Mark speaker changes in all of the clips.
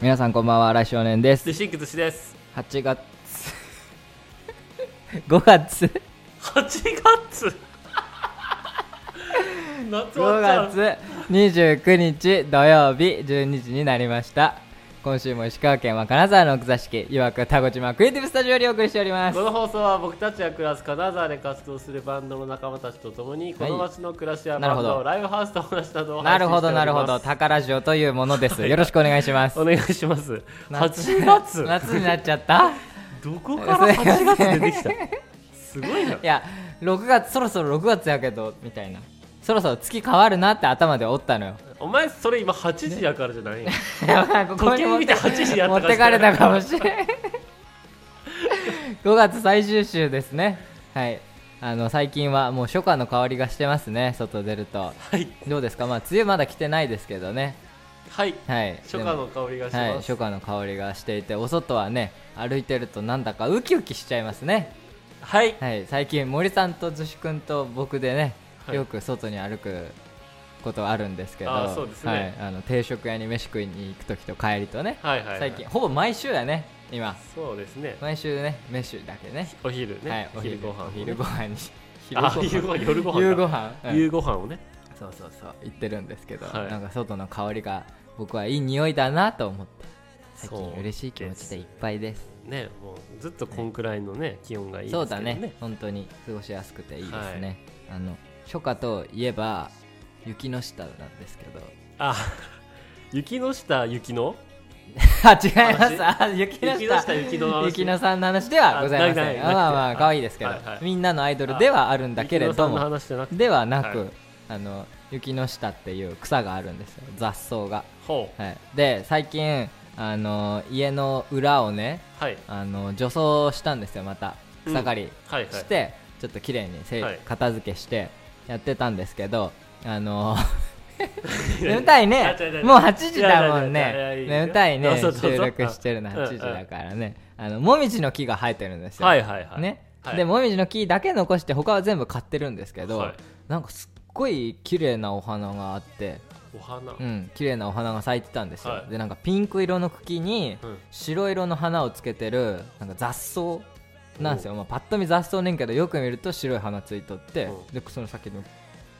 Speaker 1: 皆さんこんばんは荒井少年です
Speaker 2: 寿司く寿司です
Speaker 1: 8月 5月
Speaker 2: 8月 夏終
Speaker 1: 5
Speaker 2: わっちゃう
Speaker 1: 月29日土曜日12時になりました今週も石川県は金沢の奥座敷いわく田子島クリエイティブスタジオよりお送りしております
Speaker 2: この放送は僕たちが暮らす金沢で活動するバンドの仲間たちと共にこの街の暮らしや
Speaker 1: なる
Speaker 2: バ
Speaker 1: ほ
Speaker 2: ン
Speaker 1: ど
Speaker 2: ドライブハウスと話などを
Speaker 1: な
Speaker 2: 配信
Speaker 1: るほ
Speaker 2: しておりま
Speaker 1: ど
Speaker 2: す
Speaker 1: なるほど宝ラジオというものですよろしくお願いします
Speaker 2: お願いします
Speaker 1: 夏
Speaker 2: 8月
Speaker 1: 夏になっちゃった
Speaker 2: どこから8月出てき たすごいない
Speaker 1: や6月そろそろ6月やけどみたいなそろそろ月変わるなって頭でおったのよ
Speaker 2: お前それ今8時やからじゃないよ
Speaker 1: ここに
Speaker 2: 時計
Speaker 1: 持っ
Speaker 2: 見
Speaker 1: て
Speaker 2: て8時や
Speaker 1: 持
Speaker 2: った
Speaker 1: ってかれたかもしれん5月最終週ですねはいあの最近はもう初夏の香りがしてますね外出ると
Speaker 2: はい
Speaker 1: どうですかまあ梅雨まだ来てないですけどね
Speaker 2: はい
Speaker 1: はい
Speaker 2: 初夏の香りがし
Speaker 1: でもはい
Speaker 2: ます
Speaker 1: 初夏の香りがしていてお外はね歩いてるとなんだかウキウキしちゃいますね
Speaker 2: はい
Speaker 1: はい最近森さんと寿司君と僕でね、
Speaker 2: はい
Speaker 1: よく外に歩くことあるんですけど
Speaker 2: あーそうですね
Speaker 1: はい、あの定食屋に飯食いに行く時と帰りとね、
Speaker 2: はいはいはい
Speaker 1: 最近ほぼ毎週やね今
Speaker 2: そうですね
Speaker 1: 毎週ね飯だけね
Speaker 2: お昼ね、
Speaker 1: はいお昼
Speaker 2: ご飯
Speaker 1: お昼ご飯に
Speaker 2: あ夕ご飯夜ご飯だ
Speaker 1: 夕ご飯うん
Speaker 2: 夕ご飯をね
Speaker 1: そうそうそう行ってるんですけど、
Speaker 2: はい
Speaker 1: なんか外の香りが僕はいい匂いだなと思って最近
Speaker 2: そう
Speaker 1: 嬉しい気持ちでいっぱいです
Speaker 2: ねもうずっとこんくらいのね気温がいいですけ
Speaker 1: そ
Speaker 2: ど
Speaker 1: うだね本当に過ごしやすくていいですね、あの初夏といえば雪の下なんですけ ど
Speaker 2: あ雪の下雪の
Speaker 1: あ違いますあ雪の
Speaker 2: 雪の下
Speaker 1: 下
Speaker 2: 雪の話
Speaker 1: 雪のさんの話ではございま
Speaker 2: あな
Speaker 1: せん
Speaker 2: いないなくて
Speaker 1: まあまあ可愛いですけど、
Speaker 2: はいはい
Speaker 1: みんなのアイドルではあるんだけれど
Speaker 2: 雪の下の
Speaker 1: も
Speaker 2: 話じゃなくて
Speaker 1: ではなく、
Speaker 2: はい
Speaker 1: あの雪の下っていう草があるんですよ雑草が、
Speaker 2: ほう
Speaker 1: はい、で最近あの家の裏をね
Speaker 2: はい
Speaker 1: あの除草したんですよまた草刈り、
Speaker 2: はいはい
Speaker 1: して、ちょっと綺麗にせい
Speaker 2: はい
Speaker 1: 片付けしてやってたんですけど、あ のー
Speaker 2: や
Speaker 1: 眠たいね
Speaker 2: いやいやいや
Speaker 1: もう8時だもん
Speaker 2: いやいやいやい
Speaker 1: ね
Speaker 2: やいや
Speaker 1: 眠たいね
Speaker 2: どうぞどうぞ
Speaker 1: 収録してるの
Speaker 2: うん
Speaker 1: 8時だからねあのもみじの木が生えてるんですよ、
Speaker 2: はいはいはい
Speaker 1: ね
Speaker 2: はい
Speaker 1: でもみじの木だけ残して他は全部買ってるんですけど、
Speaker 2: はい
Speaker 1: なんかすっごい綺麗なお花があって、
Speaker 2: お花
Speaker 1: うん綺麗なお花が咲いてたんですよ、
Speaker 2: はい
Speaker 1: でなんかピンク色の茎に
Speaker 2: うん
Speaker 1: 白色の花をつけてるなんか雑草なんですよ、まあ、パッと見雑草ねんけどよく見ると白い花ついとって
Speaker 2: う
Speaker 1: でその先の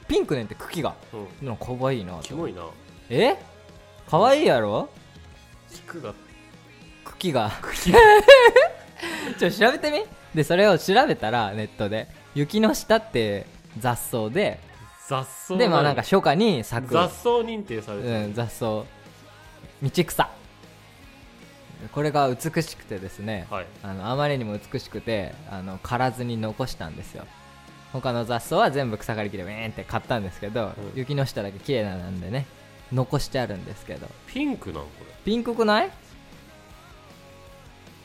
Speaker 1: ピンクねんって茎が
Speaker 2: うん
Speaker 1: なんか可愛いな
Speaker 2: キ
Speaker 1: と
Speaker 2: モいな
Speaker 1: え可愛いやろ
Speaker 2: 菊 が
Speaker 1: 茎が ちょ調べてみでそれを調べたらネットで雪の下って雑草で
Speaker 2: 雑草
Speaker 1: でまあなんか初夏に咲く
Speaker 2: 雑草認定されてる
Speaker 1: うん、雑草道草これが美しくてですね、
Speaker 2: はい
Speaker 1: あのあまりにも美しくてあの刈らずに残したんですよ他の雑草は全部草刈り機でウィーンって買ったんですけど、
Speaker 2: うん
Speaker 1: 雪の下だけ綺麗なのなんでね残してあるんですけど
Speaker 2: ピンクなんこれ
Speaker 1: ピンクくない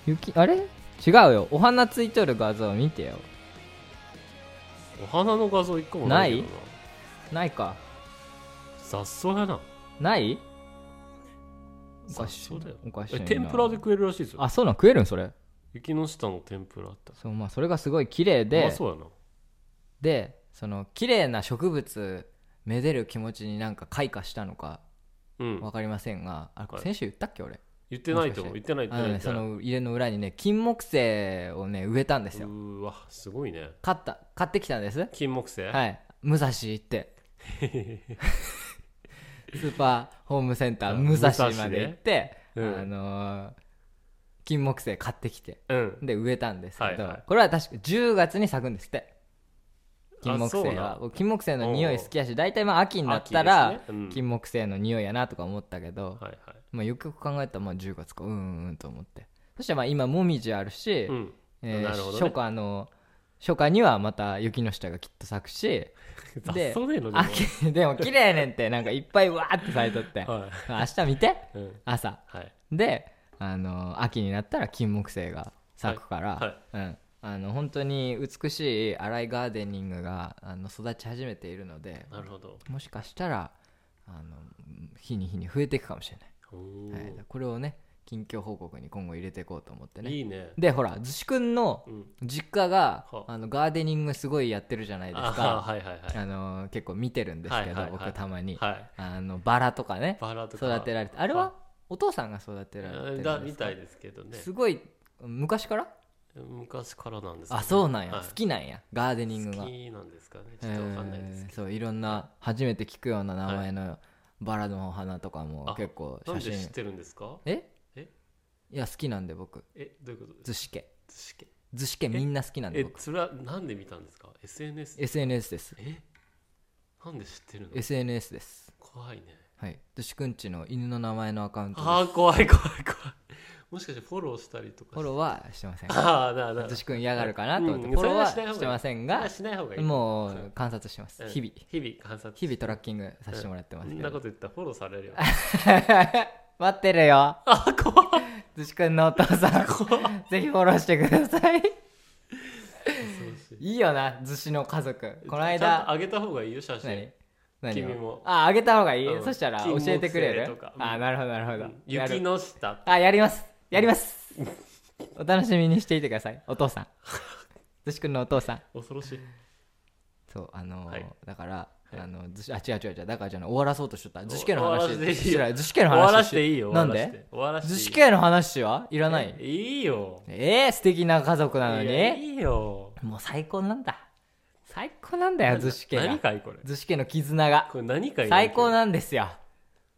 Speaker 1: 雪あれ違うよお花ついとる画像見てよ
Speaker 2: お花の画像一個もないけどな
Speaker 1: ないか
Speaker 2: 雑草やな
Speaker 1: ないおかしい
Speaker 2: 雑草だよ
Speaker 1: おかしい
Speaker 2: え
Speaker 1: な
Speaker 2: 天ぷらで食えるらしいですよ
Speaker 1: あそうなん食えるんそれ
Speaker 2: 雪の下の天ぷらって
Speaker 1: そうまあそれがすごい綺麗
Speaker 2: うま
Speaker 1: で
Speaker 2: そうやな
Speaker 1: でその綺麗な植物めでる気持ちになんか開花したのか
Speaker 2: うん
Speaker 1: わかりませんが、あれ
Speaker 2: はい
Speaker 1: 先週言ったっけ俺
Speaker 2: 言ってないと思
Speaker 1: も
Speaker 2: う言ってない言
Speaker 1: あ
Speaker 2: って
Speaker 1: の
Speaker 2: ない
Speaker 1: ねその家の裏にね金木犀をね植えたんですよ
Speaker 2: うーわすごいね
Speaker 1: 買った買ってきたんです
Speaker 2: 金木犀
Speaker 1: はい武蔵行 ってスーパーホームセンター
Speaker 2: あ
Speaker 1: 武蔵
Speaker 2: 武蔵ね
Speaker 1: まで行って、
Speaker 2: うん
Speaker 1: あのー金木犀買ってきて
Speaker 2: うん
Speaker 1: で植えたんですけど、
Speaker 2: はいはい
Speaker 1: これは確か10月に咲くんですって金木
Speaker 2: あそ
Speaker 1: 犀
Speaker 2: うな
Speaker 1: は
Speaker 2: ん
Speaker 1: 僕金木犀の匂い好きやし大体まあ秋になった
Speaker 2: 秋
Speaker 1: ら
Speaker 2: ですねうん
Speaker 1: 金木犀の匂いやなとか思ったけど、
Speaker 2: はいはい
Speaker 1: まあ、よくよく考えたらまあ10月かうんうんうんと思ってそしてまあ今もみじあるし、
Speaker 2: うん
Speaker 1: えー
Speaker 2: なるほどね
Speaker 1: 初夏の初夏にはまた雪の下がきっと咲くし
Speaker 2: 雑
Speaker 1: で
Speaker 2: 草ねえのでも
Speaker 1: 秋 でも綺麗やねんってなんかいっぱいわーって咲いとって
Speaker 2: は
Speaker 1: 明日見て
Speaker 2: いうん
Speaker 1: 朝
Speaker 2: はい
Speaker 1: で、あの秋になったら金木犀が咲くから、
Speaker 2: はい
Speaker 1: うん、あの本当に美しい荒いガーデニングがあの育ち始めているので
Speaker 2: なるほど
Speaker 1: もしかしたらあの日に日に増えていくかもしれ
Speaker 2: お
Speaker 1: ない、はい、だ
Speaker 2: ー
Speaker 1: からこれをね近況報告に今後入れていこうと思ってね
Speaker 2: いいね
Speaker 1: でほら逗子くんの
Speaker 2: うん
Speaker 1: 実家が、
Speaker 2: は
Speaker 1: あのガーデニングすごいやってるじゃないです
Speaker 2: あ
Speaker 1: か
Speaker 2: はいはいはい
Speaker 1: あの結構見てるんですけど、
Speaker 2: はいはいはい
Speaker 1: 僕たまに、
Speaker 2: はい
Speaker 1: あのバラとかね
Speaker 2: バラとか
Speaker 1: 育てられてあれはお父さんが育てられてるんですか
Speaker 2: だみたいですけどね
Speaker 1: すごい昔から
Speaker 2: 昔からなんですかね
Speaker 1: あそうなんや、
Speaker 2: はい
Speaker 1: 好きなんやガーデニングが
Speaker 2: 好きなんですかねちょっとわかんないですけ
Speaker 1: えーそういろんな初めて聞くような名前のバラの花とかも
Speaker 2: あ
Speaker 1: 結構
Speaker 2: ど、
Speaker 1: 写
Speaker 2: なんで知っ
Speaker 1: 真
Speaker 2: てるんですか
Speaker 1: え
Speaker 2: え
Speaker 1: いや好きなんで僕
Speaker 2: えどういうことです
Speaker 1: 図
Speaker 2: か
Speaker 1: 式家
Speaker 2: 図式
Speaker 1: 図式家みんな好きなんで
Speaker 2: え
Speaker 1: 僕
Speaker 2: それはなんで見たんですか SNS で
Speaker 1: SNS です
Speaker 2: えなんで知ってるの
Speaker 1: SNS です
Speaker 2: 怖いね
Speaker 1: はい図式くんちの犬の名前のアカウント
Speaker 2: ああ
Speaker 1: です
Speaker 2: 怖い怖い怖いもしかしてフォローしたりとかし
Speaker 1: フォローはしてません
Speaker 2: ああなあなあ
Speaker 1: 図式くん嫌がるかなと思って、
Speaker 2: うん
Speaker 1: フォローは
Speaker 2: それ
Speaker 1: し
Speaker 2: はしてない方がいい
Speaker 1: ません
Speaker 2: それ
Speaker 1: が
Speaker 2: はしない方がいい
Speaker 1: も
Speaker 2: うん
Speaker 1: う観察してます、
Speaker 2: うん
Speaker 1: 日々
Speaker 2: 日々観察
Speaker 1: 日々トラッキングさせてもらってま
Speaker 2: そ
Speaker 1: す
Speaker 2: ん
Speaker 1: け
Speaker 2: な
Speaker 1: ど、
Speaker 2: こと言ったらフォローされるよ
Speaker 1: 待ってるよ
Speaker 2: あ怖い
Speaker 1: ずしくんのお父さん ぜひフォローしてくださいいいよなずしの家族 この
Speaker 2: ちゃんと
Speaker 1: 間
Speaker 2: あげた方がいいよ写真
Speaker 1: 何何を
Speaker 2: 君も
Speaker 1: ああげた方がいい、
Speaker 2: うん
Speaker 1: そしたら
Speaker 2: 金
Speaker 1: 教
Speaker 2: 木
Speaker 1: えてくれ
Speaker 2: 犀
Speaker 1: る
Speaker 2: とかうん
Speaker 1: あなるほどなるほど、やる
Speaker 2: 雪の下
Speaker 1: あやりますやりますお楽しみにしていてくださいお父 さんずしくんのお父さん
Speaker 2: 恐ろしい
Speaker 1: そうあのー
Speaker 2: はい
Speaker 1: だから、
Speaker 2: い
Speaker 1: あのずしあ違う違う違うだからじゃない終わらそうとしとったずし家の
Speaker 2: 終わ
Speaker 1: 話
Speaker 2: らせていいよ
Speaker 1: してないずし家の
Speaker 2: 終
Speaker 1: 話
Speaker 2: わらしていいよ
Speaker 1: なん
Speaker 2: 終わらせ
Speaker 1: で
Speaker 2: て終わらしていい
Speaker 1: ずし家の話はいらない
Speaker 2: えいいよ
Speaker 1: えー、素敵な家族なのに
Speaker 2: いやいいよ
Speaker 1: もう最高なんだ最高なんだよ逗子家
Speaker 2: 何
Speaker 1: が
Speaker 2: かいこれ
Speaker 1: 逗子家の絆が
Speaker 2: これ何かい
Speaker 1: 最高なんですよ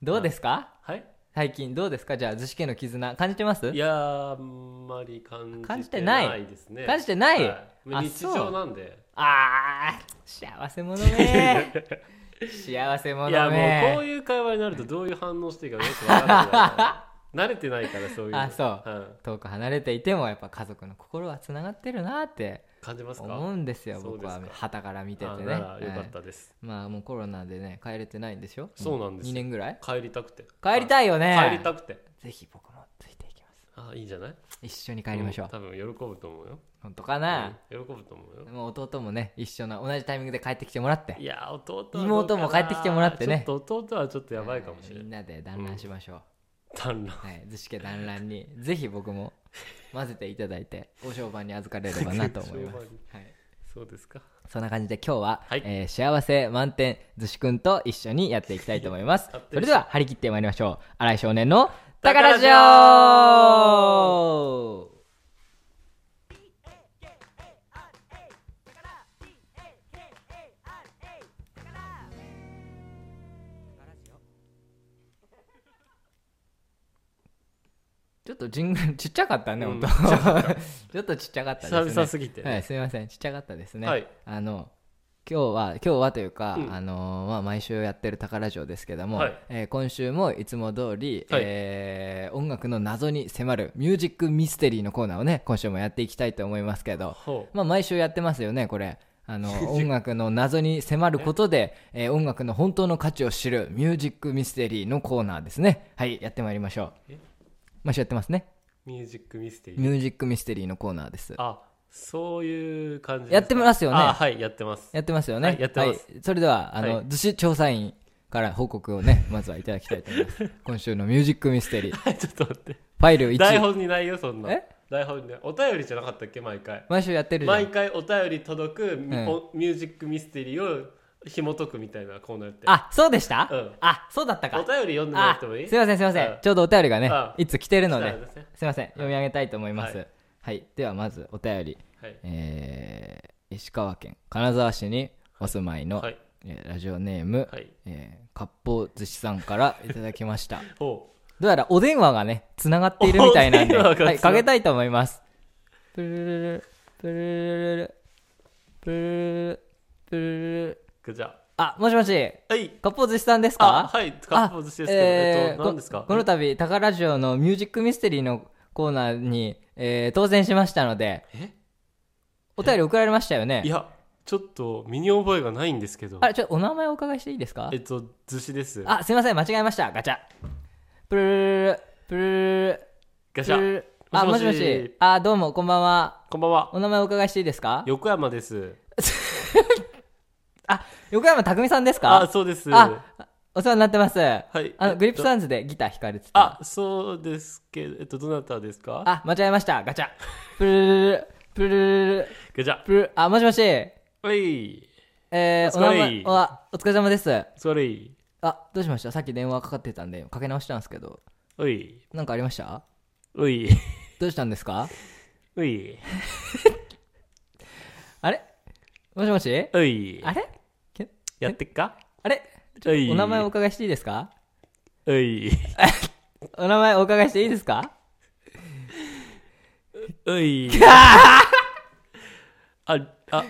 Speaker 1: どうですか
Speaker 2: はい
Speaker 1: 最近どうですかじゃあ逗子家の絆感じてます
Speaker 2: いやーあんまり感じて
Speaker 1: 感じてない
Speaker 2: ですね
Speaker 1: 感じてない
Speaker 2: はいもう
Speaker 1: あ
Speaker 2: 日
Speaker 1: そ
Speaker 2: 常
Speaker 1: う
Speaker 2: なんで
Speaker 1: あー幸せ者ね幸せ者
Speaker 2: いやもうこう
Speaker 1: ね
Speaker 2: いう会話になるとどういう反応していいかよくわから ない慣れてないからそういうの
Speaker 1: あそう
Speaker 2: はい
Speaker 1: 遠く離れていてもやっぱ家族の心はつながってるなって
Speaker 2: 感じますか
Speaker 1: 思うんですよ
Speaker 2: そう
Speaker 1: 僕
Speaker 2: ですか
Speaker 1: は旗から見てて
Speaker 2: あ
Speaker 1: ね
Speaker 2: ならよか
Speaker 1: は
Speaker 2: っ
Speaker 1: い
Speaker 2: たです
Speaker 1: まあもうコロナでね帰れてないんでしょ
Speaker 2: そうなんですよ
Speaker 1: 2年ぐらい
Speaker 2: 帰りたくて
Speaker 1: 帰りたいよね
Speaker 2: 帰りたくて
Speaker 1: ぜひ僕もついていきます
Speaker 2: あいいんじゃない
Speaker 1: 一緒に帰りましょう、
Speaker 2: ん多分喜ぶと思うよ
Speaker 1: 本当かな、
Speaker 2: うん喜ぶと思うよ
Speaker 1: もう弟もね一緒な同じタイミングで帰ってきてもらって
Speaker 2: いや弟はどうかな
Speaker 1: 妹も帰ってきてもらってね
Speaker 2: ちょっと弟はちょっとやばいかもしれ
Speaker 1: えーみん
Speaker 2: ない
Speaker 1: なで団らんしましょう、
Speaker 2: 単乱
Speaker 1: はい図式団らんにぜひ僕も混ぜていただいてご商売に預かれればなと思いま す
Speaker 2: 商売に
Speaker 1: はい
Speaker 2: そうですか
Speaker 1: そんな感じで今日は、
Speaker 2: はい
Speaker 1: えー幸せ満点寿司くんと一緒にやっていきたいと思います
Speaker 2: 勝手
Speaker 1: そ
Speaker 2: に
Speaker 1: れでは張り切ってまいりましょう新井少年の「宝
Speaker 2: 宝ラ
Speaker 1: ラ
Speaker 2: ジ
Speaker 1: ジ
Speaker 2: オ
Speaker 1: オ」ちょっとジングル ちっ ちゃかったね、
Speaker 2: うん
Speaker 1: 音ちょっとちっちゃかったですね
Speaker 2: 久々すぎて
Speaker 1: はい、すみません、ちっちゃかったですね。
Speaker 2: はい
Speaker 1: あの今日は今日はというか、
Speaker 2: うん
Speaker 1: あのーまあ毎週やってる宝城ですけども、
Speaker 2: はい
Speaker 1: えー今週もいつも通り、
Speaker 2: はい
Speaker 1: えー音楽の謎に迫るミュージックミステリーのコーナーをね今週もやっていきたいと思いますけど、
Speaker 2: ほう
Speaker 1: まあ毎週やってますよねこれ。あの 音楽の謎に迫ることで、えー音楽の本当の価値を知るミュージックミステリーのコーナーですねはいやってまいりましょう
Speaker 2: え
Speaker 1: 毎週やってますね
Speaker 2: ミュージックミステリー
Speaker 1: ミュージックミステリーのコーナーです
Speaker 2: あそういう感じですか
Speaker 1: やってますよね
Speaker 2: あはいやってます
Speaker 1: やってますよね。
Speaker 2: はいやってます
Speaker 1: はいそれでは、あ
Speaker 2: は
Speaker 1: の、逗子調査員から報告を ね、まずはいただきたいと思います。今週のミュージックミステリー、フ
Speaker 2: はい ちょっと待って
Speaker 1: ァイル
Speaker 2: 台
Speaker 1: 1。
Speaker 2: 本にないよそんな
Speaker 1: え
Speaker 2: 台本にないお便りじゃなかったっけ毎回
Speaker 1: 毎週やってるじゃ
Speaker 2: 毎
Speaker 1: ん。
Speaker 2: 回お便り届くミ,
Speaker 1: うん
Speaker 2: お、ミュージックミステリーを紐解くみたいなコーナーやって
Speaker 1: あ、そうでした、
Speaker 2: うん
Speaker 1: あ、そうだった
Speaker 2: お
Speaker 1: か。
Speaker 2: 便り読んでもら
Speaker 1: あ
Speaker 2: っ、
Speaker 1: す
Speaker 2: てもいい
Speaker 1: みません、すみませ
Speaker 2: うん
Speaker 1: ん。ちょうどお便りがね
Speaker 2: うん、
Speaker 1: いつ来てるの
Speaker 2: 来
Speaker 1: で
Speaker 2: たら、ですね
Speaker 1: すみません、読み上げたいと思います。
Speaker 2: は
Speaker 1: はい、ではまずお便り、
Speaker 2: はい
Speaker 1: えー、石川県金沢市にお住まいの、
Speaker 2: はい
Speaker 1: えーラジオネーム、
Speaker 2: はい
Speaker 1: えー、かっぽう寿司さんからいただきました。
Speaker 2: ほ
Speaker 1: どうやらお電話がね、つながっているみたいなんで、
Speaker 2: お電
Speaker 1: は
Speaker 2: 話がつなが
Speaker 1: い、かけたいと思います。プルルルル、プルルルル、プルルルル、プルルルル。
Speaker 2: うじゃあ
Speaker 1: あ、もしもし、
Speaker 2: はい
Speaker 1: かっぽう寿司さんです
Speaker 2: あ
Speaker 1: か
Speaker 2: はいかっぽう寿司ですけどえっと
Speaker 1: こ
Speaker 2: 何ですか
Speaker 1: この度、タカラジオのミュージックミステリーのコーナーに、えー当選しましたので、
Speaker 2: え
Speaker 1: お便り送られましたよ
Speaker 2: い
Speaker 1: ね。
Speaker 2: やちょっと身に覚えがないんですけど
Speaker 1: あれ、ちょっとお名前お伺いしていいですか
Speaker 2: えっと寿司です
Speaker 1: あ、すいません、間違えました。ガチャ。プルルルル、プルルルル、
Speaker 2: ガ
Speaker 1: プ
Speaker 2: シ
Speaker 1: ル
Speaker 2: ャ
Speaker 1: ルルル。あ、も
Speaker 2: もし
Speaker 1: し
Speaker 2: も
Speaker 1: も
Speaker 2: し
Speaker 1: し。あ、どうも、こんばんは。
Speaker 2: こんばんは
Speaker 1: お名前お伺いしていいですか
Speaker 2: 横山です
Speaker 1: あ、横山匠さんですか
Speaker 2: あそうです
Speaker 1: あお世話になってます。
Speaker 2: はい
Speaker 1: あ
Speaker 2: えっ
Speaker 1: の、
Speaker 2: と
Speaker 1: グリップサウンズでギター弾かれてた。
Speaker 2: あそうですけどえっとどなたですか
Speaker 1: あ、間違えました。ガチャ。プルルルル、プルルルル、
Speaker 2: ガチャ
Speaker 1: プル、あ、もしもし。え
Speaker 2: おい
Speaker 1: ー、
Speaker 2: お
Speaker 1: お
Speaker 2: 疲
Speaker 1: 名
Speaker 2: れ
Speaker 1: 前、お、お疲れ様です。
Speaker 2: それい
Speaker 1: あ、どうしましたさっき電話かかってたんで、かけ直したんですけど。
Speaker 2: うい、
Speaker 1: なんかありました
Speaker 2: うい、
Speaker 1: どうしたんですか
Speaker 2: うい、
Speaker 1: あれもしもし
Speaker 2: うい、
Speaker 1: あれけ
Speaker 2: やってっか
Speaker 1: あれ
Speaker 2: ちょい、
Speaker 1: お名前お伺いしていいですか
Speaker 2: うい、
Speaker 1: お名前お伺いしていいですか
Speaker 2: うい。あ、あ、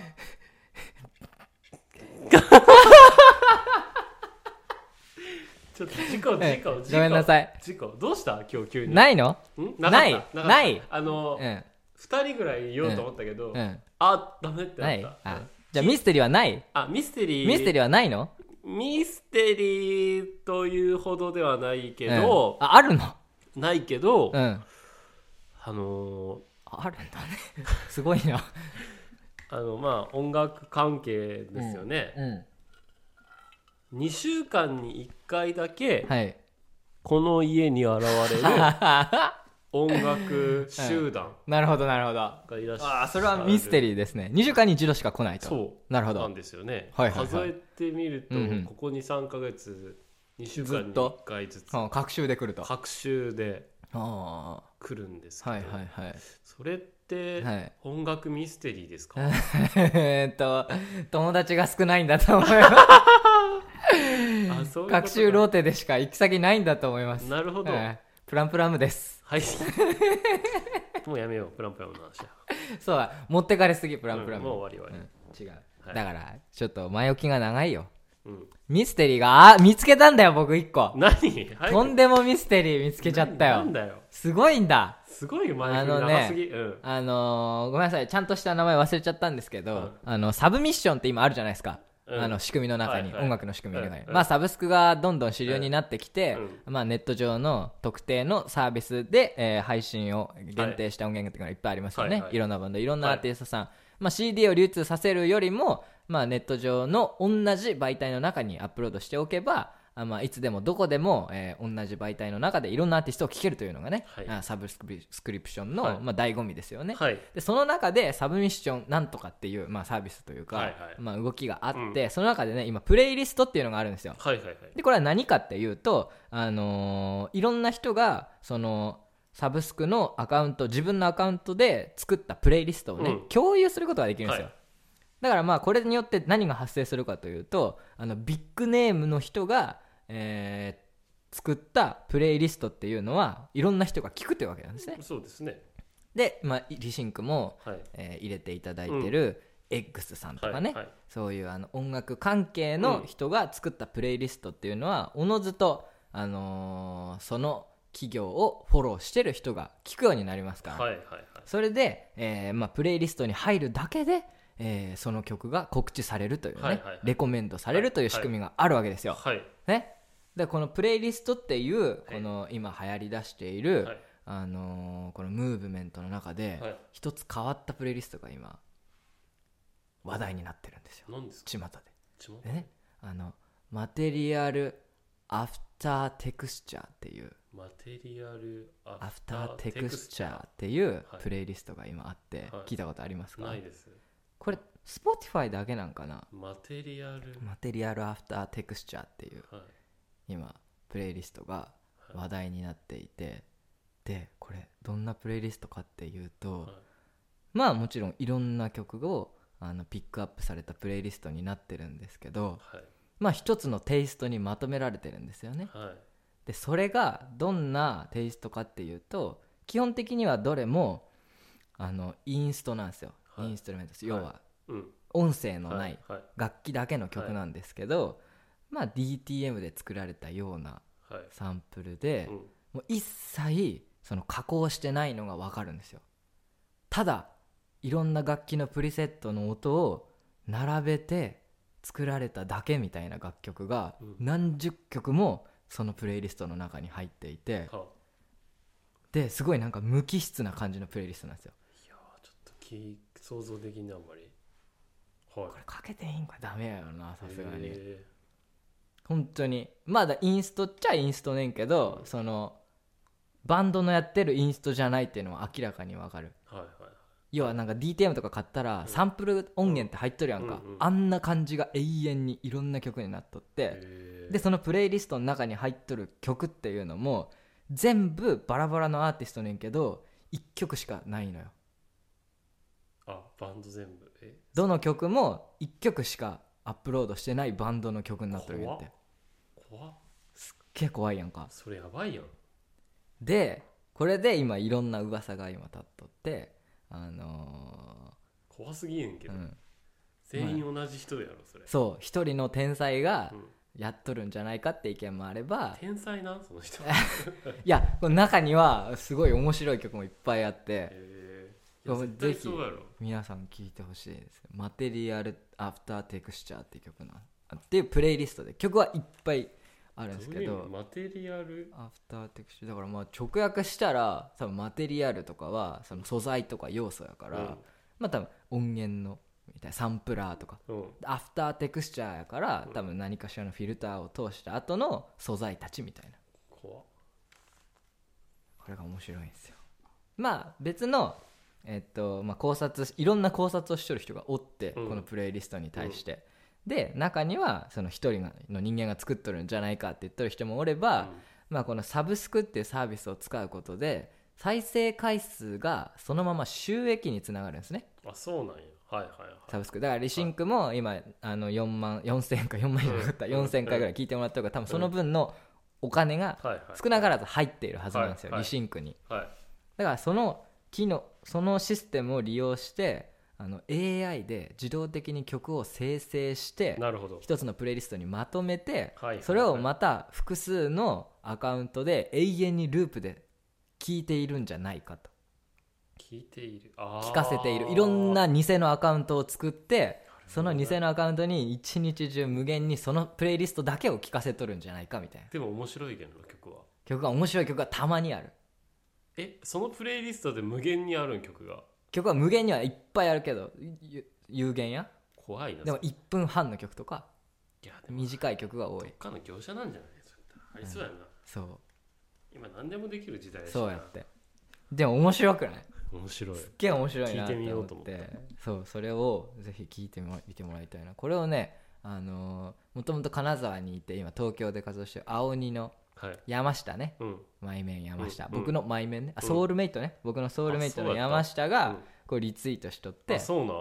Speaker 2: ちょっと事故、
Speaker 1: え
Speaker 2: 事故、事故。
Speaker 1: ごめんなさい。
Speaker 2: 事故、どうした今日急に。
Speaker 1: ないの
Speaker 2: ん
Speaker 1: ない
Speaker 2: かった
Speaker 1: な
Speaker 2: か
Speaker 1: い
Speaker 2: ったあの
Speaker 1: うん。
Speaker 2: 2人ぐらい言おうと思ったけど、
Speaker 1: うん。
Speaker 2: あダメって
Speaker 1: な
Speaker 2: なっ
Speaker 1: い
Speaker 2: た
Speaker 1: あ、じゃあミステリーはない
Speaker 2: あミステリー
Speaker 1: ミステリーはないの
Speaker 2: ミステリーというほどではないけ
Speaker 1: うん
Speaker 2: ど、
Speaker 1: あ、あるの
Speaker 2: ないけど、
Speaker 1: うん。
Speaker 2: あのー
Speaker 1: あるんだね。 すごいな。
Speaker 2: あのまあ音楽関係ですよね、
Speaker 1: うん。
Speaker 2: 2週間に1回だけ
Speaker 1: はい。
Speaker 2: この家に現れる音楽集団
Speaker 1: なるほど、なるほど。
Speaker 2: がいらっしゃる、
Speaker 1: ああ、それはミステ
Speaker 2: リー
Speaker 1: リーですね。2週間に一度しか来ないと。
Speaker 2: そ
Speaker 1: なるほ
Speaker 2: うなん
Speaker 1: ど。
Speaker 2: ですよね、
Speaker 1: はいはいはい
Speaker 2: 数えてみると、
Speaker 1: うんうん
Speaker 2: ここ23か月2週
Speaker 1: ず
Speaker 2: 間
Speaker 1: っ
Speaker 2: に
Speaker 1: と
Speaker 2: 1回ずつ
Speaker 1: うん、各週で来ると。あ
Speaker 2: 各週で
Speaker 1: あ
Speaker 2: 来るんですけ
Speaker 1: ー。
Speaker 2: ど、
Speaker 1: はいはいはい。
Speaker 2: それって
Speaker 1: はい
Speaker 2: 音楽ミステリーですか、
Speaker 1: えーっと、友達が少ないんだと思いま
Speaker 2: あそうい
Speaker 1: す。
Speaker 2: うことか
Speaker 1: 各週ローテでしか行き先ないんだと思います。
Speaker 2: なるほど、
Speaker 1: はいプランプラムです。
Speaker 2: はい もうやめようプランプランの話は
Speaker 1: そうだ、持ってかれすぎ、プランプラ
Speaker 2: うん
Speaker 1: ム。
Speaker 2: もう終わり終わ
Speaker 1: うん違う。
Speaker 2: はい
Speaker 1: だから、ちょっと前置きが長いよ。
Speaker 2: り、うん
Speaker 1: ミステリーが、あ、見つけたんだよ、僕一個。
Speaker 2: 何早く
Speaker 1: とんでもミステリー見つけちゃった
Speaker 2: なん
Speaker 1: よ。
Speaker 2: だよ
Speaker 1: すごいんだ。
Speaker 2: すごい前
Speaker 1: あ
Speaker 2: 振り
Speaker 1: のね
Speaker 2: 長すぎ、うん
Speaker 1: あのーごめんなさい、ちゃんとした名前忘れちゃったんですけど、
Speaker 2: うん
Speaker 1: あの、サブミッションって今あるじゃないですか。
Speaker 2: うん
Speaker 1: あの、仕組みの中に、
Speaker 2: はいはい
Speaker 1: 音楽の仕組みの中に。
Speaker 2: うんうん
Speaker 1: まあ、サブスクがどんどん主流になってきて、まあ、ネット上の特定のサービスで、えー配信を限定した音源っていうのがいっぱいありますよね。
Speaker 2: はい
Speaker 1: い
Speaker 2: はいはい
Speaker 1: ろんなバンド、いろんなアーティストさん。まあ、CD を流通させるよりも、まあ、ネット上の同じ媒体の中にアップロードしておけば、あまあ、いつでもどこでも、えー同じ媒体の中でいろんなアーティストを聴けるというのがね、
Speaker 2: はい
Speaker 1: あサブスクリスクリプションの、
Speaker 2: はい
Speaker 1: まあ、醍醐味ですよね。
Speaker 2: はい
Speaker 1: でその中でサブミッションなんとかっていう、まあ、サービスというか、
Speaker 2: はいはい
Speaker 1: まあ、動きがあって、その中でね今プレイリストっていうのがあるんですよ
Speaker 2: はいはいはい
Speaker 1: でこれは何かっていうと、あのーいろんな人がそのサブスクのアカウント自分のアカウントで作ったプレイリストをね、
Speaker 2: うん
Speaker 1: 共有することができるんですよ、
Speaker 2: はい
Speaker 1: だからまあこれによって何が発生するかというとあのビッグネームの人が、えー作ったプレイリストっていうのはいろんな人が聞くというわけなんですね
Speaker 2: そうですね
Speaker 1: で、まあ、リシンクも、
Speaker 2: はい
Speaker 1: えー入れていただいてる、X さんとかね、
Speaker 2: はいはい
Speaker 1: そういうあの音楽関係の人が作ったプレイリストっていうのはおのずと、あのーその企業をフォローしてる人が聞くようになりますから、
Speaker 2: はいはいはい
Speaker 1: それで、えーまあ、プレイリストに入るだけで、えーその曲が告知されるというね、
Speaker 2: はいはいはい
Speaker 1: レコメンドされるという仕組みがあるわけですよ。
Speaker 2: はい
Speaker 1: ね、でこのプレイリストっていうこの今流行り出している、
Speaker 2: はい
Speaker 1: あのーこのムーブメントの中で
Speaker 2: はい
Speaker 1: 一つ変わったプレイリストが今話題になってるんですよ
Speaker 2: 何ですか
Speaker 1: 巷で。
Speaker 2: ちも
Speaker 1: でねあのマテリアルアフターテクスチャーっていう
Speaker 2: マテリアル
Speaker 1: アフターテクスチャーっていう
Speaker 2: はい
Speaker 1: プレイリストが今あって
Speaker 2: はい
Speaker 1: 聞いたことありますか、
Speaker 2: ないです
Speaker 1: これ Spotify だけなんかな
Speaker 2: マテリアル
Speaker 1: マテリアルアフターテクスチャーっていう
Speaker 2: はい
Speaker 1: 今プレイリストが話題になっていてでこれどんなプレイリストかっていうと、
Speaker 2: はい
Speaker 1: まあもちろんいろんな曲をあのピックアップされたプレイリストになってるんですけど
Speaker 2: はい
Speaker 1: まあ一つのテイストにまとめられてるんですよね
Speaker 2: はい
Speaker 1: でそれがどんなテイストかっていうと基本的にはどれもあのインストなんですよ、
Speaker 2: はい
Speaker 1: インストルメントです要は
Speaker 2: うん
Speaker 1: 音声の
Speaker 2: は
Speaker 1: ない
Speaker 2: いはい
Speaker 1: 楽器だけの曲なんですけど、まあ DTM で作られたような
Speaker 2: はい
Speaker 1: サンプルで、
Speaker 2: うん
Speaker 1: もう一切その加工してないのが分かるんですよただいろんな楽器のプリセットの音を並べて作られただけみたいな楽曲が
Speaker 2: うん
Speaker 1: 何十曲もそのプレイリストの中に入っていて
Speaker 2: は
Speaker 1: ですごいなんか無機質な感じのプレイリストなんですよ
Speaker 2: いやーちょっとき想像できないあんまりはい
Speaker 1: これかけていいんかダメやろなさすがに
Speaker 2: え
Speaker 1: 本当にまだインストっちゃインストねんけどそのバンドのやってるインストじゃないっていうのは明らかに分かる
Speaker 2: ーはいはい
Speaker 1: 要はなんか DTM とか買ったらサンプル音源って入っとるやんか、
Speaker 2: うんうん
Speaker 1: あんな感じが永遠にいろんな曲になっとって、
Speaker 2: へー
Speaker 1: でそのプレイリストの中に入っとる曲っていうのも全部バラバラのアーティストねんけど1曲しかないのよ
Speaker 2: あバンド全部え
Speaker 1: どの曲も1曲しかアップロードしてないバンドの曲になってるんやって
Speaker 2: 怖っ
Speaker 1: 結構怖いやんか
Speaker 2: それやばいやん
Speaker 1: でこれで今いろんな噂が今立っとってあの
Speaker 2: 怖すぎんけ
Speaker 1: ーう
Speaker 2: ど、
Speaker 1: ん、
Speaker 2: 全員同じ人やろそれ、
Speaker 1: そう一人の天才が
Speaker 2: うん
Speaker 1: やっとるんじゃないかって意見もあれば
Speaker 2: 天才なんその人
Speaker 1: いやこの中にはすごい面白い曲もいっぱいあって
Speaker 2: え
Speaker 1: いや
Speaker 2: 絶対
Speaker 1: ぜひ
Speaker 2: そうやろ
Speaker 1: 皆さん聴いてほしいです「マテリアル・アフター・テクスチャー」っていう曲なっていうプレイリストで曲はいっぱいあるんです
Speaker 2: どう
Speaker 1: け
Speaker 2: いう
Speaker 1: ど
Speaker 2: のマテリアル
Speaker 1: アフターテクスチャーだからまあ直訳したら多分マテリアルとかはその素材とか要素やから、
Speaker 2: うん
Speaker 1: まあ多分音源のみたいなサンプラーとか
Speaker 2: うん
Speaker 1: アフターテクスチャーやから多分何かしらのフィルターを通した後の素材たちみたいな
Speaker 2: 怖っ
Speaker 1: これが面白いんですよまあ別のえっとまあ考察いろんな考察をしてる人がおって、
Speaker 2: うん
Speaker 1: このプレイリストに対して、で中にはその一人の人間が作っとるんじゃないかって言ってる人もおれば、まあ、このサブスクっていうサービスを使うことで再生回数がそのまま収益につながるんですね
Speaker 2: うんあそうなんやはいはいはい
Speaker 1: サブスクだからリシンクも今あの4万4000回4万円かった
Speaker 2: うん
Speaker 1: 4000回ぐらい聞いてもらったから多分その分のお金が
Speaker 2: はいはい
Speaker 1: 少なからず入っているはずなんですよ
Speaker 2: はいはい
Speaker 1: リシンクに
Speaker 2: はい
Speaker 1: だからその機能そのシステムを利用してあの AI で自動的に曲を生成して
Speaker 2: なるほど
Speaker 1: 一つのプレイリストにまとめて、
Speaker 2: はい
Speaker 1: それをまた複数のアカウントで永遠にループで聞いているんじゃないかと
Speaker 2: 聞いているあー
Speaker 1: 聞かせているいろんな偽のアカウントを作ってその偽
Speaker 2: なるほどね
Speaker 1: のアカウントに一日中無限にそのプレイリストだけを聞かせとるんじゃないかみたいな
Speaker 2: でも面白いけどな曲は
Speaker 1: 曲が面白い曲がたまにある
Speaker 2: えそのプレイリストで無限にあるん曲が
Speaker 1: 曲は無限にはいっぱいあるけどゆ有限や
Speaker 2: 怖いな
Speaker 1: でも1分半の曲とか
Speaker 2: いやでも
Speaker 1: 短い曲が多い
Speaker 2: 他の業者なんじゃないそれってありそうやな、
Speaker 1: そ
Speaker 2: 今何でもできる時代
Speaker 1: う
Speaker 2: やしな
Speaker 1: そうやってでも面白くない
Speaker 2: 面白い
Speaker 1: すっげえ面白いな
Speaker 2: 聞いてみよう
Speaker 1: と
Speaker 2: と
Speaker 1: 思
Speaker 2: 思
Speaker 1: っ
Speaker 2: ってた
Speaker 1: そうそれをぜひ聞いても見てもらいたいなこれをねあのもともと金沢にいて今東京で活動してる青鬼の
Speaker 2: はい
Speaker 1: 山下ね
Speaker 2: うん
Speaker 1: マイメン山下、
Speaker 2: うん
Speaker 1: 僕のマイメンね、あ
Speaker 2: うん
Speaker 1: ソウルメイトね僕のソウルメイト
Speaker 2: あそ
Speaker 1: の
Speaker 2: うだった
Speaker 1: 山下
Speaker 2: う
Speaker 1: が
Speaker 2: ん
Speaker 1: こうリツイートしとっ
Speaker 2: あ
Speaker 1: て、
Speaker 2: そうな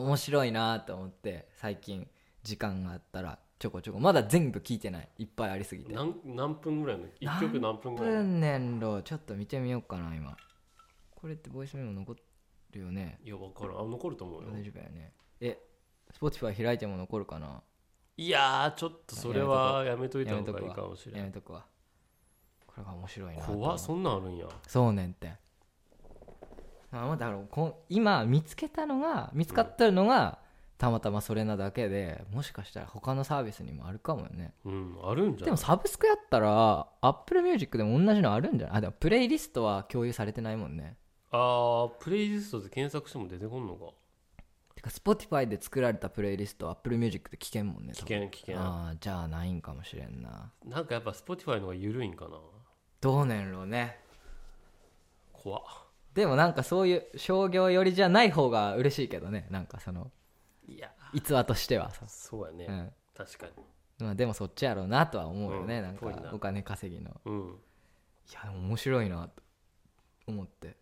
Speaker 2: ん
Speaker 1: 面白いなと思って最近時間があったらちょこちょこまだ全部聞いてないいっぱいありすぎて
Speaker 2: 何何分ぐらいの一曲何分ぐらいの
Speaker 1: 分年ろちょっと見てみようかな今これってボイスメモ残るよね
Speaker 2: いや分からんあ残ると思うよ
Speaker 1: 大丈夫やねえ Spotify 開いても残るかない
Speaker 2: やーちょっとそれはやめといた
Speaker 1: やめ
Speaker 2: 方
Speaker 1: と
Speaker 2: が
Speaker 1: く
Speaker 2: いい
Speaker 1: わ
Speaker 2: かもしれ
Speaker 1: や
Speaker 2: な
Speaker 1: め
Speaker 2: い
Speaker 1: とくわこれが面白いなと思
Speaker 2: 怖
Speaker 1: う
Speaker 2: っそんなんあるんや
Speaker 1: そうねんってあまあだからこん今見つけたのが見つかってるのが、たまたまそれなだけでもしかしたら他のサービスにもあるかもよね
Speaker 2: うんあるんじゃ
Speaker 1: で
Speaker 2: な
Speaker 1: も
Speaker 2: い
Speaker 1: サブスクやったら Apple Music でも同じのあるんじゃないあでもプレイリストは共有されてないもんね
Speaker 2: あープレイリストで検索しても出てこんのか
Speaker 1: てか Spotify で作られたプレイリストは Apple Music で聞けんもんね
Speaker 2: 危
Speaker 1: 多分
Speaker 2: 険危険
Speaker 1: ああじゃあないんかもしれんな
Speaker 2: なんかやっぱ Spotify の方が緩いんかな
Speaker 1: どうねんろうね
Speaker 2: 怖っ
Speaker 1: でもなんかそういう商業寄りじゃない方が嬉しいけどねなんかその
Speaker 2: いや
Speaker 1: 逸話としてはさ、
Speaker 2: そうやね、
Speaker 1: うん
Speaker 2: 確かに
Speaker 1: まあ、でもそっちやろうなとは思うよね、
Speaker 2: うん
Speaker 1: なん
Speaker 2: ぽい
Speaker 1: か
Speaker 2: な
Speaker 1: お金稼ぎの
Speaker 2: うん
Speaker 1: いやでも面白いなと思って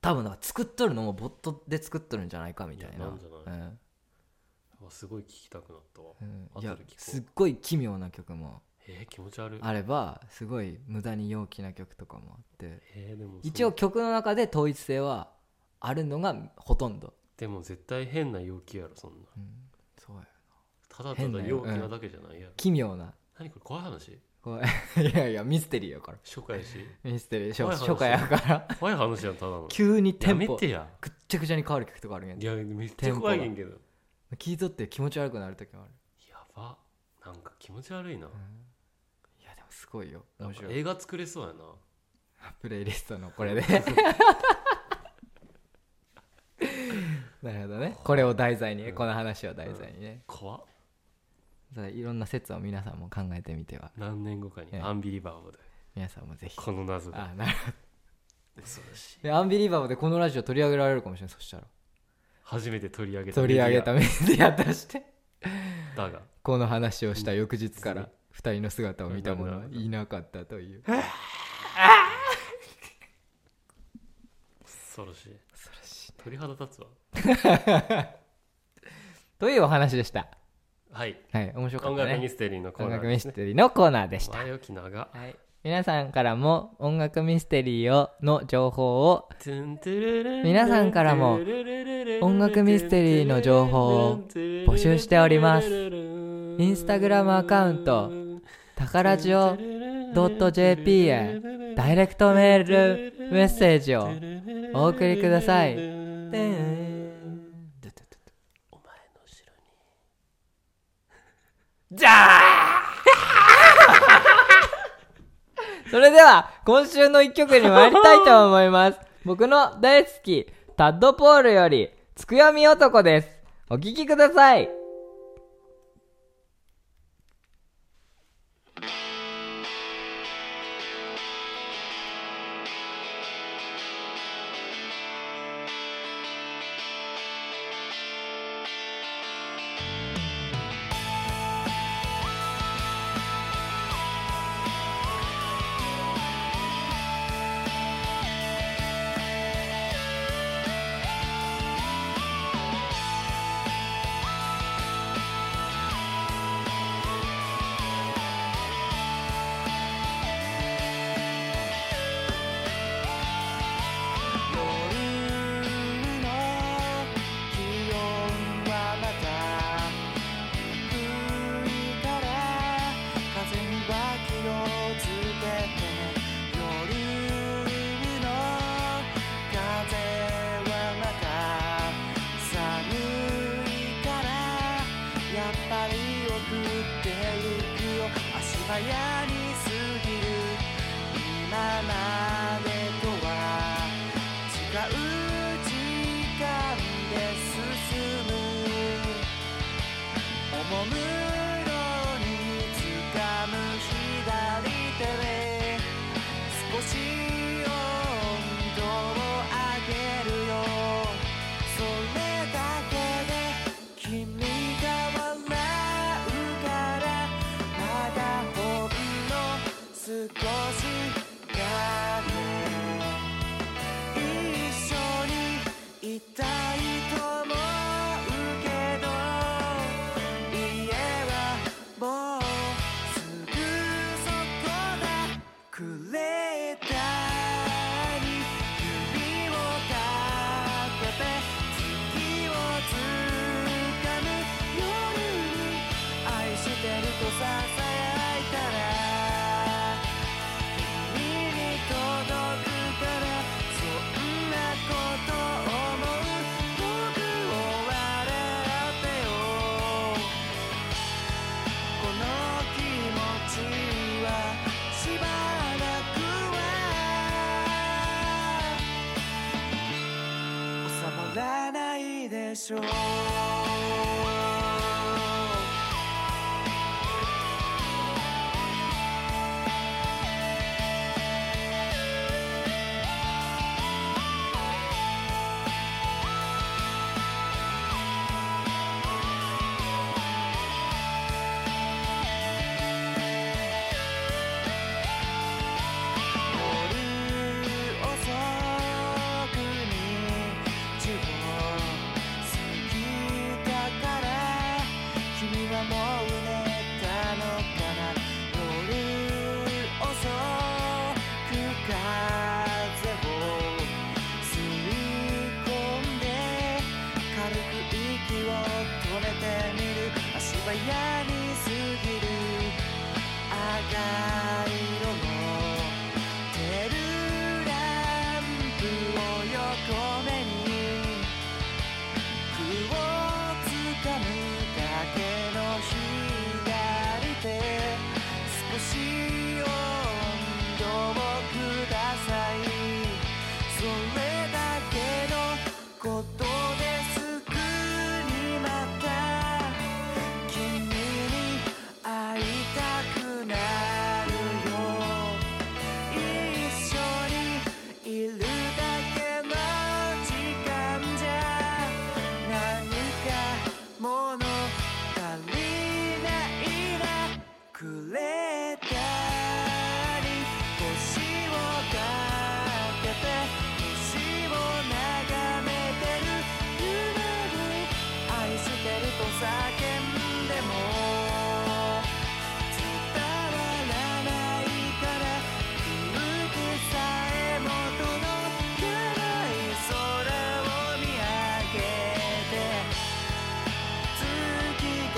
Speaker 1: 多分なんか作っとるのもボットで作っとるんじゃないかみたい
Speaker 2: い
Speaker 1: な
Speaker 2: やなんじゃ
Speaker 1: うん
Speaker 2: あすごい聞きたくなったわ
Speaker 1: うん
Speaker 2: 後
Speaker 1: い
Speaker 2: で聞
Speaker 1: や
Speaker 2: こう
Speaker 1: すっごい奇妙な曲も
Speaker 2: えー、気持ち悪い
Speaker 1: あればすごい無駄に陽気な曲とかもあって
Speaker 2: えー、でもそ
Speaker 1: 一応曲の中で統一性はあるのがほとんど、
Speaker 2: でも絶対変な陽気やろそんな
Speaker 1: うんそうや
Speaker 2: ただた
Speaker 1: 変な
Speaker 2: だ
Speaker 1: 陽
Speaker 2: 陽
Speaker 1: 気
Speaker 2: 気なだけじゃないやろ、
Speaker 1: 奇妙な
Speaker 2: 何これ怖い 話
Speaker 1: こういやいやミステリーやから
Speaker 2: 初回やし
Speaker 1: ミステリー
Speaker 2: 怖
Speaker 1: 初
Speaker 2: い話
Speaker 1: 初回やから
Speaker 2: 怖い話やんただの
Speaker 1: 急にテ
Speaker 2: や
Speaker 1: ン
Speaker 2: め
Speaker 1: ポ
Speaker 2: てや
Speaker 1: ぐっちゃぐちゃに変わる曲とかあるやん
Speaker 2: いやめっちゃ怖いねんけど
Speaker 1: 聞いとって気持ち悪くなる時もある
Speaker 2: やばなんか気持ち悪いな,、
Speaker 1: いやでもすごいよ
Speaker 2: なん
Speaker 1: 面
Speaker 2: か
Speaker 1: 白い
Speaker 2: 映画作れそうやな
Speaker 1: プレイリストのこれ で なるほどねこれを題材にねこの話を題材にね
Speaker 2: 怖っ
Speaker 1: それいろんな説を皆さんも考えてみては
Speaker 2: 何年後か
Speaker 1: ええ
Speaker 2: にアンビリバボーで
Speaker 1: 皆さんもぜひ
Speaker 2: この謎が
Speaker 1: あなるほど
Speaker 2: 恐ろしい
Speaker 1: でアンビリバボーでこのラジオ取り上げられるかもしれないそしたら
Speaker 2: 初めて取り上げた
Speaker 1: 取り上げたメディアとして
Speaker 2: だが
Speaker 1: この話をした翌日から二人の姿を見た者はいなかったという
Speaker 2: 恐ろしい鳥肌立つわ
Speaker 1: というお話でした
Speaker 2: はい
Speaker 1: はい面白かっ
Speaker 2: 音
Speaker 1: た
Speaker 2: 楽ミ
Speaker 1: ね
Speaker 2: ステリーのコー
Speaker 1: 音
Speaker 2: ナー
Speaker 1: 楽
Speaker 2: で
Speaker 1: ミ
Speaker 2: す
Speaker 1: ス
Speaker 2: ね
Speaker 1: テリーのコーナーでした
Speaker 2: 前置 き長
Speaker 1: はい、皆さんからも音楽ミステリーをの情報を
Speaker 2: 皆
Speaker 1: 皆さんから も音楽ミステリーの情報を募集しております
Speaker 2: イ
Speaker 1: インスタグラムアカウントタカラジオ .jp へダイレクトメールメッセージをお送りくださいてん
Speaker 2: じゃあ
Speaker 1: それでは今週の一曲に参りたいと思い ます僕の大好きタッドポールよりつくよみ男ですお聴きください
Speaker 3: 夜の気温はまた低いから風には気をつけて夜の風はまた寒いからやっぱり送ってゆくよ足早に過ぎる今までとは違う時間で進むおもむろに掴む左手で少し温度を上げるよそれだけで君が笑うからまだほんの少しだね一緒にいたいと思うけど家はもうすぐそこだくれたに指をかけて月をつかむ夜に愛してるとささやいたら「君に届くからそんなこと思う」「僕を笑ってよ」「この気持ちはしばらくは収まらないでしょう」夜遅くに地を過ぎたから君はもう寝たのかな夜遅く風を吸い込んで軽く息を止めてみる足早に過ぎる赤色のテルランプを横目に服をつかむだけの左手少し温度をくださいそれだけのことですぐにまた君に会いたくなるると叫んでも伝わらないから気づくさえも届かない空を見上げて月が落ちてもうすぐさよ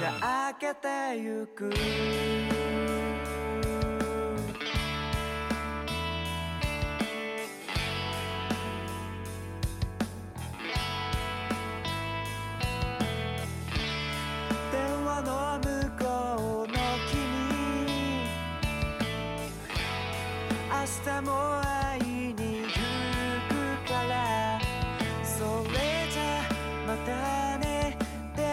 Speaker 3: 夜が明けてゆく電話の向こうの君明日も会いに行くからそれじゃまたね電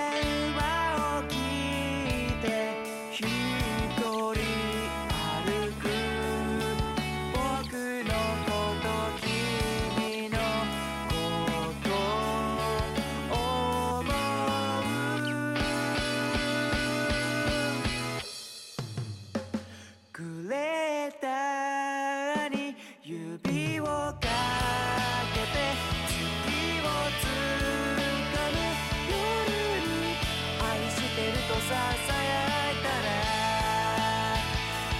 Speaker 3: 話を聞いて一人歩く僕のこと君のこと思うくれたに指をかけて月をつかむ夜に愛してるとささやいたら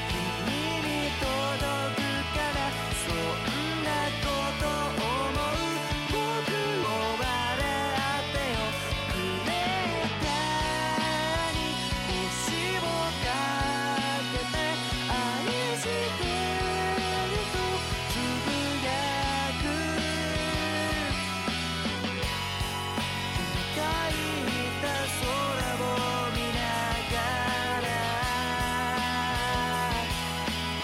Speaker 3: 君に届くからそんなこと思う僕を笑ってよくれたに星をかけて愛してるとつぶやく「いた空を見ながら」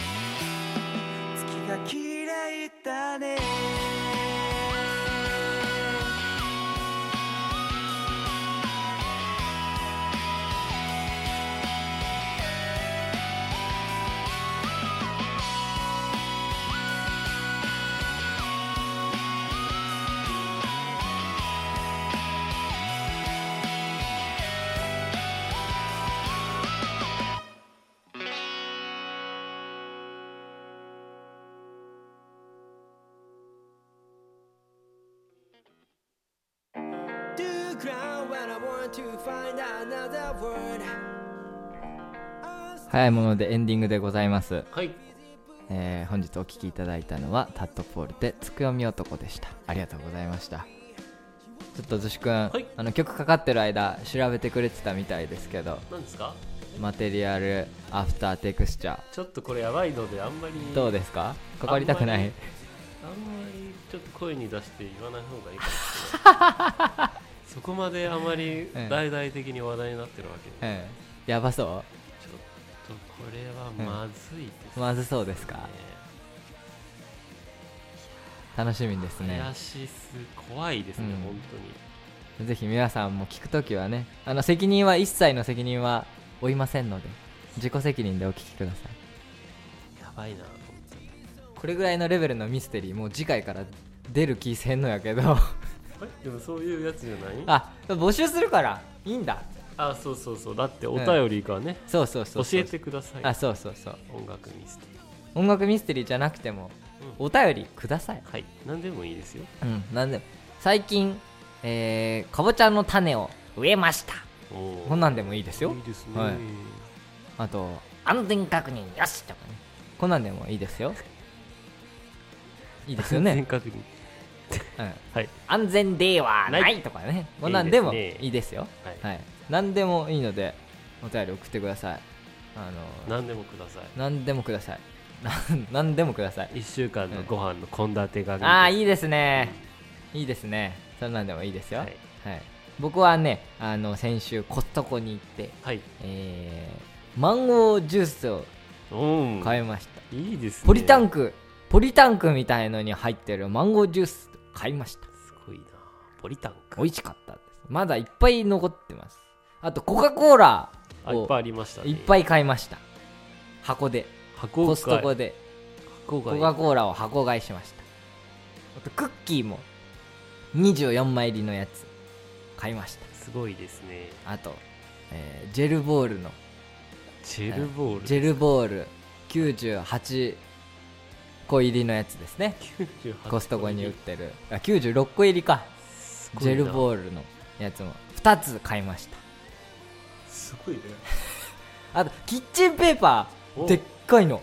Speaker 3: 「月がきれいだね」
Speaker 4: to ground when I want to find another word.
Speaker 1: 早いものでエンディングでございます、
Speaker 2: はい
Speaker 1: えー本日お聴きいただいたのはタットポールで「つくよみ男」でしたありがとうございましたちょっとずしくん、
Speaker 2: はい
Speaker 1: あの曲かかってる間調べてくれてたみたいですけど
Speaker 2: 何ですか
Speaker 1: マテリアルアフターテクスチャー
Speaker 2: ちょっとこれやばいのであんまり
Speaker 1: どうですかかかりたくな
Speaker 2: あん
Speaker 1: い
Speaker 2: まあんまりちょっと声に出して言わない方がいいかもしれないそこまであまり
Speaker 1: ええ
Speaker 2: 大々的に話題になってるわけ で
Speaker 1: うんやばそ
Speaker 2: ちょっとこれはまずいです
Speaker 1: う
Speaker 2: ね、
Speaker 1: まずそうですか楽しみですね
Speaker 2: 怪しいっす怖いですね、
Speaker 1: うん
Speaker 2: 本当に
Speaker 1: ぜひ皆さんも聞くときはねあの責任は一切の責任は負いませんので自己責任でお聞きください
Speaker 2: やばいな本当に
Speaker 1: これぐらいのレベルのミステリーもう次回から出る気せんのやけ ど
Speaker 2: えでもそういうやつじゃない
Speaker 1: あ募集するからいいんだ
Speaker 2: あそうそうそうだってお便りがね、
Speaker 1: そうそうそうそう
Speaker 2: 教えてください
Speaker 1: あそうそうそう
Speaker 2: 音楽ミステリ
Speaker 1: 音楽ミステリーじゃなくても
Speaker 2: ー、うん
Speaker 1: お便りください
Speaker 2: はい何でもいいですよ
Speaker 1: うんなんでも最近えー、かぼちゃの種を植えました
Speaker 2: おー
Speaker 1: こんなんでもいいですよ
Speaker 2: いいですね、
Speaker 1: はいあと安全確認よしとかねこんなんでもいいですよ いいですよ
Speaker 2: 全
Speaker 1: ね、
Speaker 2: 国に
Speaker 1: うん、
Speaker 2: はい
Speaker 1: 安全では
Speaker 2: な
Speaker 1: ないとかねこんなんでも
Speaker 2: いいですね
Speaker 1: いいですよ
Speaker 2: は
Speaker 1: は
Speaker 2: い、
Speaker 1: い、何でもいいのでお便り送ってくださいあの
Speaker 2: 何でもください
Speaker 1: 何でもください なん何でもください
Speaker 2: 1週間のご飯の献立が、
Speaker 1: ああ
Speaker 2: い
Speaker 1: いいですねいいですねそんなんでもいいですよ、
Speaker 2: は
Speaker 1: はいい僕はねあの先週コストコに行って、
Speaker 2: はい
Speaker 1: えーマンゴージュースを
Speaker 2: うん
Speaker 1: 買いました、
Speaker 2: いいですね
Speaker 1: ポリタンクポリタンクみたいのに入ってるマンゴージュース買いました
Speaker 2: すごいなポリタンク
Speaker 1: 美味しかったですまだいっぱい残ってますあとコカ・コーラ
Speaker 2: あいっ
Speaker 1: を
Speaker 2: ぱいありましたね
Speaker 1: いっぱい買いました箱で
Speaker 2: 箱
Speaker 1: コ
Speaker 2: を
Speaker 1: ス
Speaker 2: 買い
Speaker 1: トコで
Speaker 2: 箱
Speaker 1: コ
Speaker 2: 買い
Speaker 1: カ・コーラを箱買いしましたあとクッキーも24枚入りのやつ買いまし
Speaker 2: すごいですね
Speaker 1: たあと、えージェルボールの
Speaker 2: ジェルボール、
Speaker 1: ジェルボール98個入りのやつですね
Speaker 2: 98
Speaker 1: コストコに売ってるあ96個入りかジェルボ
Speaker 2: ール
Speaker 1: ールのやつも2つ買いました
Speaker 2: すごいね
Speaker 1: あとキッチンペーパー
Speaker 2: お
Speaker 1: でっかいの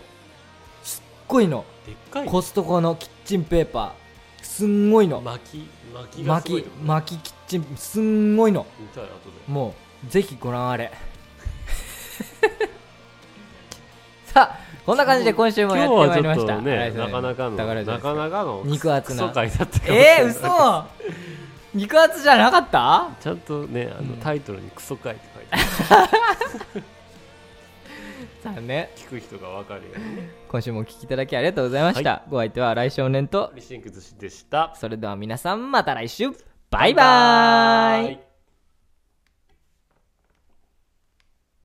Speaker 1: すっごいの
Speaker 2: でっかい
Speaker 1: コストコのキッチンペーパーすんごいの
Speaker 2: 巻き巻きがすごい
Speaker 1: 巻
Speaker 2: っ
Speaker 1: き巻きキ
Speaker 2: てこと
Speaker 1: ッチンすんごいの
Speaker 2: 見たい後で
Speaker 1: もうぜひご覧あれ さあこんな感じで今週も
Speaker 2: 今
Speaker 1: やっ
Speaker 2: 日
Speaker 1: てま
Speaker 2: はい
Speaker 1: りま
Speaker 2: ちょっ
Speaker 1: した
Speaker 2: とね
Speaker 1: は
Speaker 2: ないかなかの
Speaker 1: 宝島で
Speaker 2: な
Speaker 1: す
Speaker 2: かなかの
Speaker 1: 肉厚な
Speaker 2: クソ回だったかもしれない
Speaker 1: えー、嘘肉厚じゃなかった
Speaker 2: ちゃんとねあの、
Speaker 1: うん
Speaker 2: タイトルにクソ回って書いてある
Speaker 1: さあね
Speaker 2: 聞く人がわかるようにね
Speaker 1: 今週もお聞きいただきありがとうございました、ご相手は来少年と
Speaker 2: リシンク寿司でした
Speaker 1: それでは皆さんまた来週バイバーイ
Speaker 2: バイ